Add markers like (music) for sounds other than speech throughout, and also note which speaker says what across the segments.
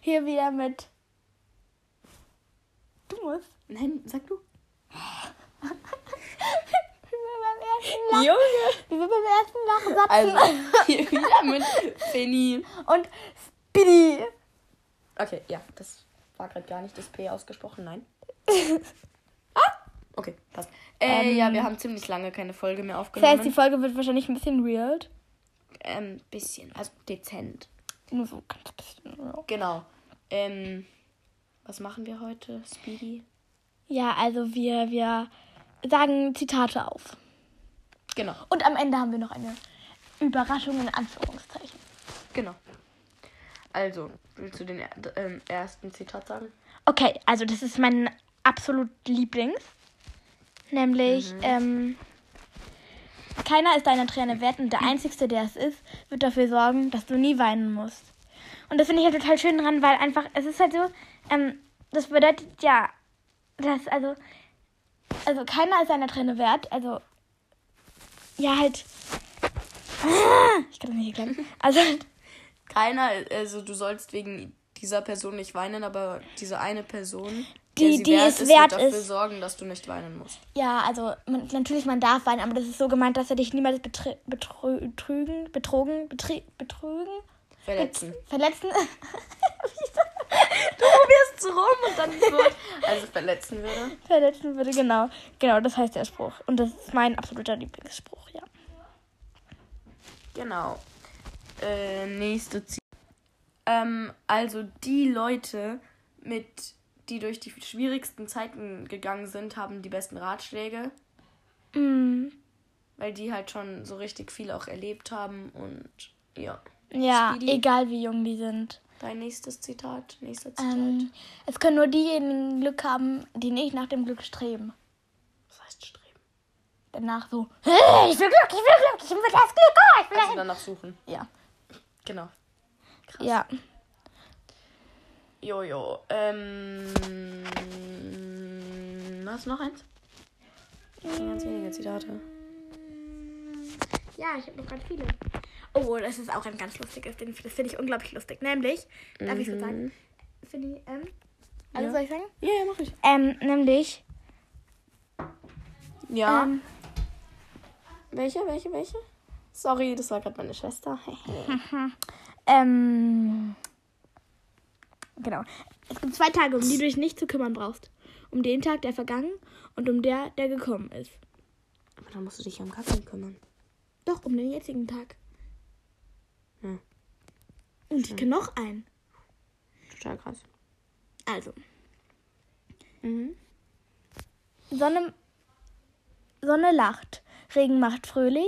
Speaker 1: Hier wieder mit. Du musst.
Speaker 2: Nein, sag du.
Speaker 1: Wie wir beim ersten,
Speaker 2: Junge.
Speaker 1: Lach- wie wir beim ersten Lachsatz
Speaker 2: Also, (laughs) hier wieder mit Feni.
Speaker 1: und Speedy.
Speaker 2: Okay, ja, das war gerade gar nicht das P ausgesprochen, (laughs) nein. ah, okay, passt. Äh,
Speaker 1: Ähm.
Speaker 2: ja, wir haben ziemlich lange keine Folge mehr
Speaker 1: Das heißt, die
Speaker 2: aufgenommen.
Speaker 1: Folge wird wahrscheinlich ein bisschen weird.
Speaker 2: Ähm, bisschen, also dezent.
Speaker 1: Nur so ganz bisschen. ja.
Speaker 2: Genau. Ähm, was machen wir heute, Speedy?
Speaker 1: Ja, also wir, wir sagen Zitate auf.
Speaker 2: Genau,
Speaker 1: Und am Ende haben wir noch eine Überraschung in Anführungszeichen.
Speaker 2: genau. Also, willst du den er- ähm, ersten Zitat sagen?
Speaker 1: Okay, also das ist mein absolut Lieblings. Nämlich, ähm, keiner ist deiner Träne wert und der Einzige, der es ist, wird dafür sorgen, dass du nie weinen musst. Und das finde ich halt total schön dran, weil einfach, es ist halt so, ähm, das bedeutet ja, dass, also, also keiner ist deiner Träne wert, also, ja, halt, (laughs) ich kann das nicht erklären. Also,
Speaker 2: Keiner, also du sollst wegen dieser Person nicht weinen, aber diese eine Person,
Speaker 1: Die-
Speaker 2: der sie
Speaker 1: die es
Speaker 2: wird
Speaker 1: wert
Speaker 2: dafür
Speaker 1: ist.
Speaker 2: sorgen, dass du nicht weinen musst.
Speaker 1: Ja, also man, natürlich, man darf weinen, aber das ist so gemeint, dass er dich niemals betr betrü betrügen, betrogen, betri betrügen,
Speaker 2: Verletzen.
Speaker 1: verletzen.
Speaker 2: probierst es rum (laughs) und dann wird. Also verletzen würde.
Speaker 1: verletzen würde, genau. Genau, das heißt der Spruch. Und das ist mein absoluter Lieblingsspruch, ja.
Speaker 2: Genau. Äh, nächste Ziel. Ähm, also die Leute, mit die durch die schwierigsten Zeiten gegangen sind, haben die besten Ratschläge, weil die halt schon so richtig viel auch erlebt haben und ja.
Speaker 1: Ja,
Speaker 2: Speedy.
Speaker 1: egal wie jung die sind.
Speaker 2: Dein nächstes Zitat, nächster Zitat.
Speaker 1: Ähm, es können nur diejenigen Glück haben, die nicht nach dem Glück streben.
Speaker 2: Was heißt streben?
Speaker 1: Danach so, "Hey, ich will Glück, ich will Glück, ich will das Glück, oh, ich will
Speaker 2: Also
Speaker 1: dahin.
Speaker 2: danach suchen.
Speaker 1: Ja,
Speaker 2: Genau. Krass.
Speaker 1: ja.
Speaker 2: Jojo. Ähm. Hast du noch eins? Das sind ganz wenige Zitate.
Speaker 1: Ja, ich habe noch ganz viele. Oh, das ist auch ein ganz lustiges Ding. Das finde ich unglaublich lustig. Nämlich, darf ich so sagen? Finde ich, ähm, also
Speaker 2: Ja.
Speaker 1: soll ich sagen?
Speaker 2: Ja, ja, mach ich.
Speaker 1: Ähm, nämlich,
Speaker 2: Ja.
Speaker 1: ähm,
Speaker 2: welche, welche, welche? Sorry, das war gerade meine Schwester. (laughs)
Speaker 1: ähm, genau. Es gibt zwei Tage, um die du dich nicht zu kümmern brauchst. Um den Tag, der vergangen und um der, der gekommen ist.
Speaker 2: Aber dann musst du dich ja um Katzen kümmern.
Speaker 1: Doch, um den jetzigen Tag.
Speaker 2: Hm.
Speaker 1: Und ich kenne noch einen.
Speaker 2: Total krass.
Speaker 1: Also,
Speaker 2: Mhm.
Speaker 1: Sonne, Sonne lacht, Regen macht fröhlich,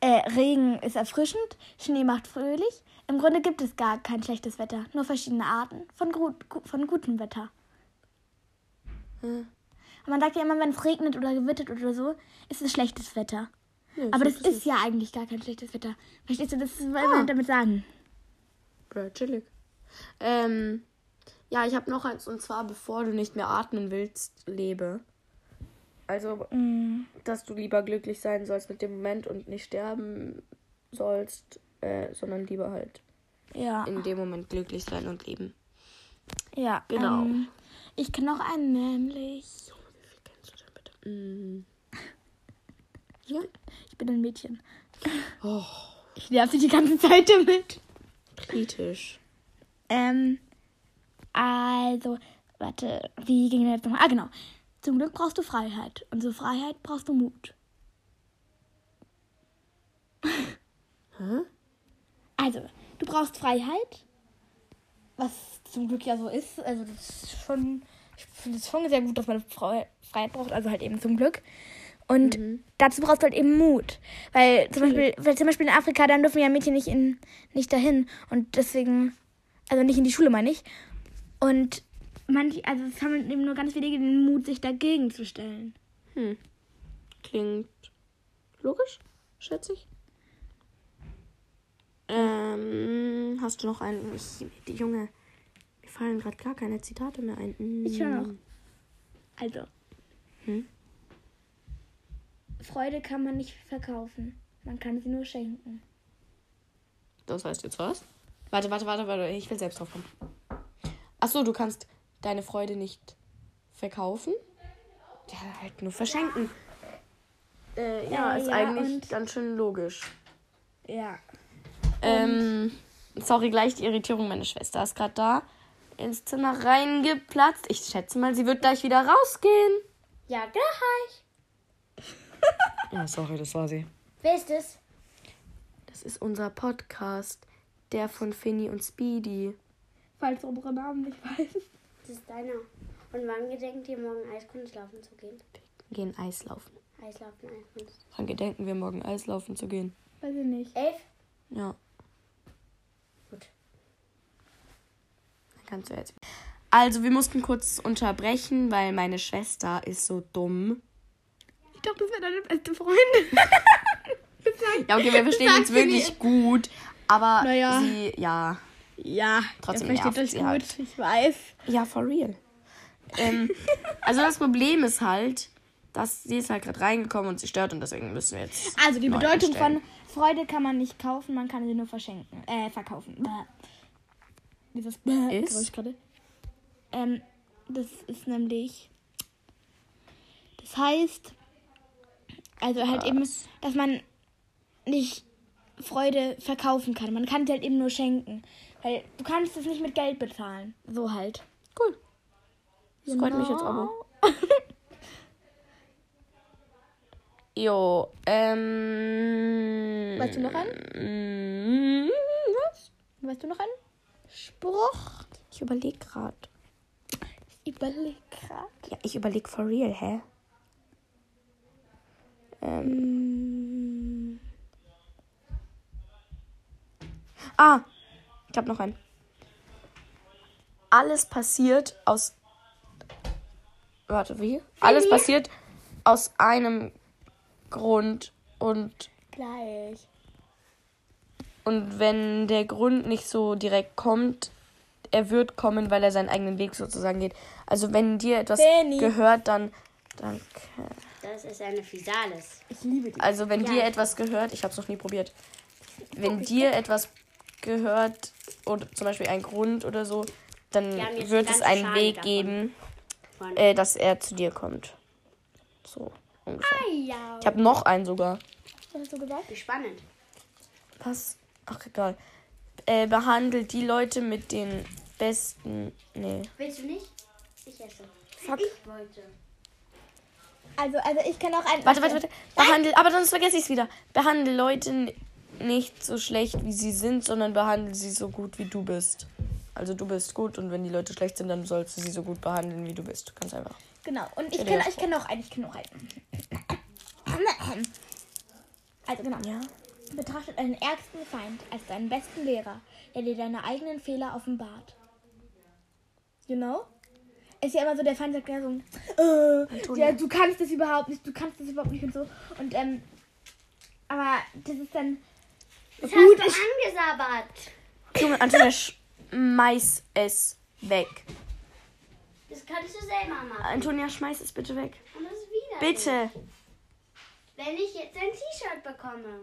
Speaker 1: äh, Regen ist erfrischend, Schnee macht fröhlich. Im Grunde gibt es gar kein schlechtes Wetter, nur verschiedene Arten von, gut, gu- von gutem Wetter.
Speaker 2: Hm.
Speaker 1: Und man sagt ja immer, wenn es regnet oder gewittert oder so, ist es schlechtes Wetter.
Speaker 2: Ja,
Speaker 1: Aber das
Speaker 2: so
Speaker 1: ist ja eigentlich gar kein schlechtes Wetter. Verstehst du, das ist, was wir damit sagen?
Speaker 2: Ja, chillig. Ähm. Ja, ich habe noch eins. Und zwar, bevor du nicht mehr atmen willst, lebe. Also, dass du lieber glücklich sein sollst mit dem Moment und nicht sterben sollst, äh, sondern lieber halt
Speaker 1: Ja,
Speaker 2: in dem Moment glücklich sein und leben.
Speaker 1: ja.
Speaker 2: genau.
Speaker 1: Ähm, ich kenne noch einen, nämlich,
Speaker 2: Wie viel kennst du denn bitte? Mm. Ja.
Speaker 1: ich bin ein Mädchen.
Speaker 2: Oh,
Speaker 1: Ich nerv dich die ganze Zeit damit.
Speaker 2: kritisch.
Speaker 1: Ähm, also, warte, wie ging der jetzt nochmal? Ah, genau. Zum Glück brauchst du Freiheit. Und zur Freiheit brauchst du Mut. Also, du brauchst Freiheit. Was zum Glück ja so ist. Also, das ist schon. Ich finde es schon sehr gut, dass man Frei- Freiheit braucht. Also, halt eben zum Glück. Und dazu brauchst du halt eben Mut. Weil zum, Beispiel, weil zum Beispiel in Afrika, dann dürfen ja Mädchen nicht, in, nicht dahin. Und deswegen. Also, nicht in die Schule, meine ich. Und manche. Also, es haben eben nur ganz wenige den Mut, sich dagegen zu stellen.
Speaker 2: Klingt logisch, schätze ich. Ähm, hast du noch einen? Ich, die Junge, mir fallen gerade gar keine Zitate mehr ein. Mm.
Speaker 1: Ich höre noch. Also.
Speaker 2: Hm?
Speaker 1: Freude kann man nicht verkaufen. Man kann sie nur schenken.
Speaker 2: Das heißt jetzt was? Warte, warte, warte, warte. Ich will selbst drauf kommen. Achso, du kannst deine Freude nicht verkaufen. Ja, halt nur verschenken. Äh, ja,
Speaker 1: Äh,
Speaker 2: ist
Speaker 1: ja,
Speaker 2: eigentlich
Speaker 1: und-
Speaker 2: ganz schön logisch.
Speaker 1: Ja.
Speaker 2: Ähm, sorry, gleich die Irritierung. Meine Schwester ist gerade da ins Zimmer reingeplatzt. Ich schätze mal, sie wird gleich wieder rausgehen.
Speaker 3: Ja, gleich.
Speaker 2: Ja, sorry, das war sie.
Speaker 3: Wer ist es?
Speaker 2: Das ist unser Podcast. Der von Finny und Speedy.
Speaker 1: Falls du unsere Namen nicht weißt.
Speaker 3: Das ist deiner. Und wann gedenkt ihr morgen Eiskunstlaufen zu gehen?
Speaker 2: Wir gehen Eislaufen.
Speaker 3: Eislaufen, Eiskunst.
Speaker 2: Wann gedenken wir morgen Eislaufen zu gehen?
Speaker 1: (laughs) Weiß ich nicht.
Speaker 3: Elf?
Speaker 2: Ja.
Speaker 3: Gut.
Speaker 2: Dann kannst du jetzt. Also, wir mussten kurz unterbrechen, weil meine Schwester ist so dumm.
Speaker 1: Ich dachte, das wäre deine beste Freundin.
Speaker 2: Ja, okay, wir
Speaker 1: (laughs)
Speaker 2: verstehen uns
Speaker 1: Sagt sie
Speaker 2: wirklich gut, aber
Speaker 1: Naja.
Speaker 2: sie, ja.
Speaker 1: Ja,
Speaker 2: Trotzdem
Speaker 1: ihr versteht
Speaker 2: nervt
Speaker 1: euch
Speaker 2: sie
Speaker 1: gut.
Speaker 2: halt.
Speaker 1: Ich weiß.
Speaker 2: Ja, for real.
Speaker 1: (laughs)
Speaker 2: Ähm, also das Problem ist halt, dass sie ist halt gerade reingekommen und sie stört und deswegen müssen wir jetzt.
Speaker 1: Also die
Speaker 2: neu
Speaker 1: Bedeutung
Speaker 2: anstellen.
Speaker 1: von Freude kann man nicht kaufen, man kann sie nur verschenken. Äh, verkaufen. Bäh. Dieses Bäh
Speaker 2: Ist?
Speaker 1: Geräusch gerade. Ähm, das ist nämlich. Das heißt, also halt eben, dass man nicht Freude verkaufen kann. Man kann sie halt eben nur schenken. Weil du kannst es nicht mit Geld bezahlen. So halt.
Speaker 2: Cool. Das freut mich jetzt aber. Jo, ähm.
Speaker 1: Weißt du noch einen?
Speaker 2: Mm, Was?
Speaker 1: Weißt du noch einen? Spruch.
Speaker 2: Ich überlege gerade.
Speaker 1: Überleg grad.
Speaker 2: Ja, ich überlege for real, hä? Ähm. Ah, ich habe noch einen. Alles passiert aus. Warte, wie? Alles passiert aus einem Grund und
Speaker 1: Gleich.
Speaker 2: und wenn der Grund nicht so direkt kommt, er wird kommen, weil er seinen eigenen Weg sozusagen geht. Also wenn dir etwas
Speaker 1: Benny.
Speaker 2: gehört, dann danke.
Speaker 3: Das ist eine Fisalis.
Speaker 1: Ich liebe dich.
Speaker 2: Also wenn
Speaker 3: Ja.
Speaker 2: dir etwas gehört, ich habe es noch nie probiert. Wenn dir etwas gehört oder zum Beispiel ein Grund oder so, dann
Speaker 3: Wir haben jetzt
Speaker 2: wird
Speaker 3: eine
Speaker 2: es
Speaker 3: ganze
Speaker 2: einen
Speaker 3: Schale
Speaker 2: Weg
Speaker 3: davon.
Speaker 2: geben,
Speaker 3: Von
Speaker 2: äh, dass er zu dir kommt. So ungefähr.
Speaker 3: Ah, ja.
Speaker 2: Ich habe noch einen sogar.
Speaker 1: Was hast du gesagt?
Speaker 3: Wie spannend.
Speaker 2: Was? Ach egal. Äh, behandelt die Leute mit den besten. Nee.
Speaker 3: Willst du nicht? Ich esse.
Speaker 2: Fuck.
Speaker 3: Ich wollte.
Speaker 1: Also, also ich kann auch einen.
Speaker 2: Warte, warte, warte. Behandel, aber sonst vergesse ich es wieder. Behandel Leute n- nicht so schlecht, wie sie sind, sondern behandel sie so gut, wie du bist. Also du bist gut und wenn die Leute schlecht sind, dann sollst du sie so gut behandeln, wie du bist. Ganz einfach.
Speaker 1: Genau. Und ich
Speaker 2: Entschuldigung.
Speaker 1: kann, ich kann auch einen. Ich kann auch einen. (clears throat) Also genau.
Speaker 2: Ja.
Speaker 1: Betrachtet deinen ärgsten Feind als deinen besten Lehrer, der dir deine eigenen Fehler offenbart. You know? Ist ja immer so, der Feind sagt ja so, äh, ja, du kannst das überhaupt nicht, du kannst das überhaupt nicht und so. Und ähm, aber das ist dann,
Speaker 3: Das Gut, hast du angesabbert.
Speaker 2: Junge, Antonia, schmeiß es weg.
Speaker 3: Das kannst du selber machen.
Speaker 2: Antonia, schmeiß es bitte weg.
Speaker 3: Und das ist wieder.
Speaker 2: Bitte.
Speaker 3: Wenn ich jetzt ein T-Shirt bekomme.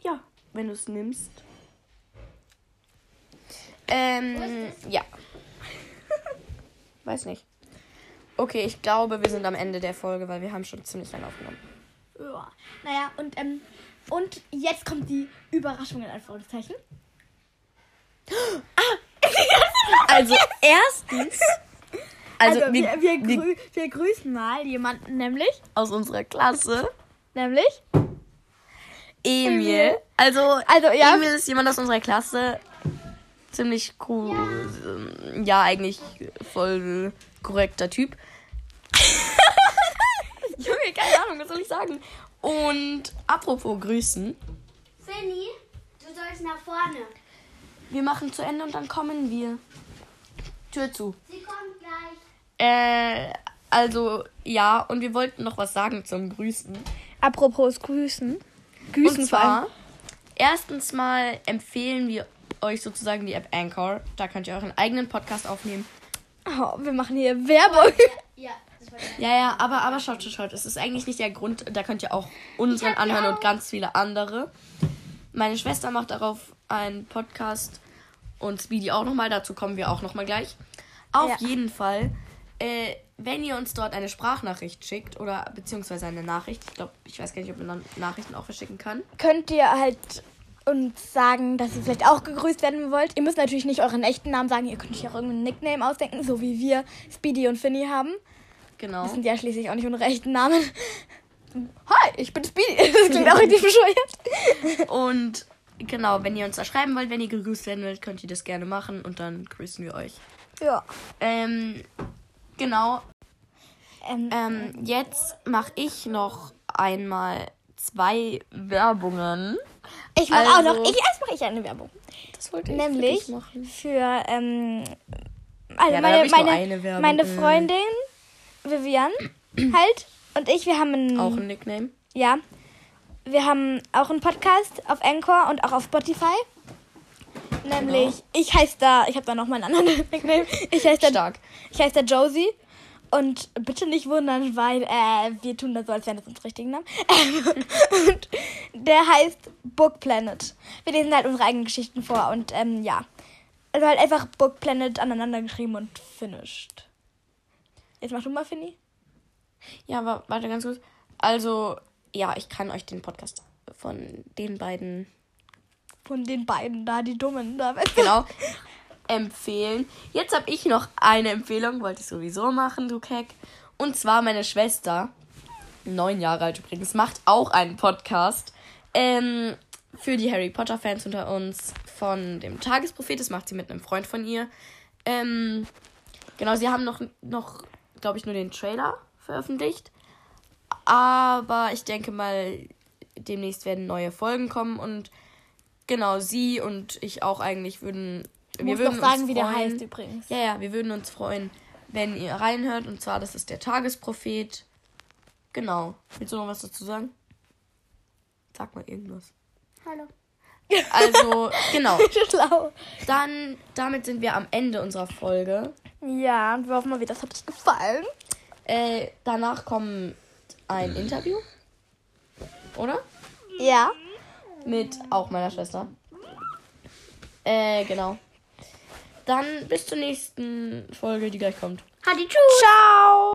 Speaker 2: Ja, wenn du es nimmst. Ähm, ja. (laughs) Weiß nicht. Okay, ich glaube, wir sind am Ende der Folge, weil wir haben schon ziemlich lange aufgenommen.
Speaker 1: ja. naja, und ähm, und jetzt kommt die Überraschung in Anführungszeichen.
Speaker 2: Also, erstens. Also,
Speaker 1: Also, wir,
Speaker 2: wir,
Speaker 1: wir,
Speaker 2: wir-
Speaker 1: grü wir grüßen mal jemanden, nämlich,
Speaker 2: aus unserer Klasse.
Speaker 1: nämlich,
Speaker 2: Emil. Also,
Speaker 1: also ja,
Speaker 2: Emil ist jemand aus unserer Klasse. Ziemlich cool. ähm, Ja, eigentlich voll korrekter Typ. (laughs) Junge, keine Ahnung, was soll ich sagen? Und apropos Grüßen.
Speaker 3: Finny, du sollst nach vorne.
Speaker 2: Wir machen zu Ende und dann kommen wir. Tür zu.
Speaker 3: Sie kommt gleich.
Speaker 2: Äh, also, ja, und wir wollten noch was sagen zum Grüßen.
Speaker 1: apropos grüßen.
Speaker 2: Und
Speaker 1: vor allem.
Speaker 2: zwar, erstens mal empfehlen wir euch sozusagen die App Anchor. Da könnt ihr euren eigenen Podcast aufnehmen.
Speaker 1: Oh, wir machen hier Werbung.
Speaker 3: Ja, das war der.
Speaker 2: (laughs) Ja, ja, aber, aber schaut, schaut, schaut. Es ist eigentlich nicht der Grund. Da könnt ihr auch unseren anhören und ganz viele andere. Meine Schwester macht darauf einen Podcast und Speedy auch nochmal. Dazu kommen wir auch nochmal gleich. Auf
Speaker 1: Ja.
Speaker 2: jeden Fall, äh, wenn ihr uns dort eine Sprachnachricht schickt oder beziehungsweise eine Nachricht, ich glaube, ich weiß gar nicht, ob man dann Nachrichten auch verschicken kann.
Speaker 1: Könnt ihr halt uns sagen, dass ihr vielleicht auch gegrüßt werden wollt. Ihr müsst natürlich nicht euren echten Namen sagen. Ihr könnt euch auch irgendeinen Nickname ausdenken, so wie wir Speedy und Finny haben.
Speaker 2: Genau.
Speaker 1: Das sind ja schließlich auch nicht unsere echten Namen. Hi, ich bin Speedy. (laughs) Das klingt auch richtig bescheuert.
Speaker 2: Und genau, wenn ihr uns da schreiben wollt, wenn ihr gegrüßt werden wollt, könnt ihr das gerne machen und dann grüßen wir euch.
Speaker 1: Ja.
Speaker 2: Ähm, genau.
Speaker 1: Ähm,
Speaker 2: Ähm, jetzt mache ich noch einmal zwei Werbungen.
Speaker 1: ich mache
Speaker 2: also-
Speaker 1: auch noch. Ich, erst mache ich eine Werbung.
Speaker 2: Das wollte
Speaker 1: Nämlich
Speaker 2: für dich machen.
Speaker 1: für ähm, also
Speaker 2: dann hab
Speaker 1: meine,
Speaker 2: ich nur
Speaker 1: meine,
Speaker 2: eine Werbung.
Speaker 1: meine
Speaker 2: Äh.
Speaker 1: Freundin
Speaker 2: (clears throat)
Speaker 1: Vivian halt und ich, wir haben einen,
Speaker 2: Auch ein Nickname.
Speaker 1: ja, wir haben auch einen Podcast auf Anchor und auch auf Spotify. Nämlich, ich heiße da, ich habe da nochmal einen anderen (laughs) Nickname. Ich heiße da,
Speaker 2: Stark.
Speaker 1: ich heiß da Josie. Und bitte nicht wundern, weil äh, wir tun das so, als wären das unsere richtigen Namen. (laughs) und der heißt Book Planet. Wir lesen halt unsere eigenen Geschichten vor und ähm, ja. Also halt einfach Book Planet aneinander geschrieben und finished. Jetzt mach du mal, Finny.
Speaker 2: Ja, aber warte ganz kurz. Also, ja, ich kann euch den Podcast von den beiden
Speaker 1: Von den beiden da, die Dummen da. weißt du?
Speaker 2: (laughs) genau empfehlen. Jetzt habe ich noch eine Empfehlung, wollte ich sowieso machen, du Keck. Und zwar meine Schwester, neun Jahre alt übrigens, macht auch einen Podcast ähm, für die Harry Potter Fans unter uns von dem Tagesprophet. Das macht sie mit einem Freund von ihr. Ähm, genau, sie haben noch, noch glaube ich, nur den Trailer veröffentlicht. Aber ich denke mal, demnächst werden neue Folgen kommen und genau, sie und ich auch eigentlich würden.
Speaker 1: Du musst doch sagen, wie der heißt übrigens.
Speaker 2: Ja, ja, wir würden uns freuen, wenn ihr reinhört. Und zwar, das ist der Tagesprophet. Genau. Willst du noch was dazu sagen? Sag mal irgendwas.
Speaker 3: Hallo.
Speaker 1: (laughs)
Speaker 2: Also, genau.
Speaker 1: Schlau.
Speaker 2: Dann, damit sind wir am Ende unserer Folge.
Speaker 1: Ja, und wir hoffen mal, wie das hat euch gefallen.
Speaker 2: Äh, danach kommt ein Interview. Oder?
Speaker 1: Ja.
Speaker 2: Mit auch meiner Schwester. Äh, genau. Dann bis zur nächsten Folge, die gleich kommt.
Speaker 3: Hadi, tschüss.
Speaker 1: Ciao.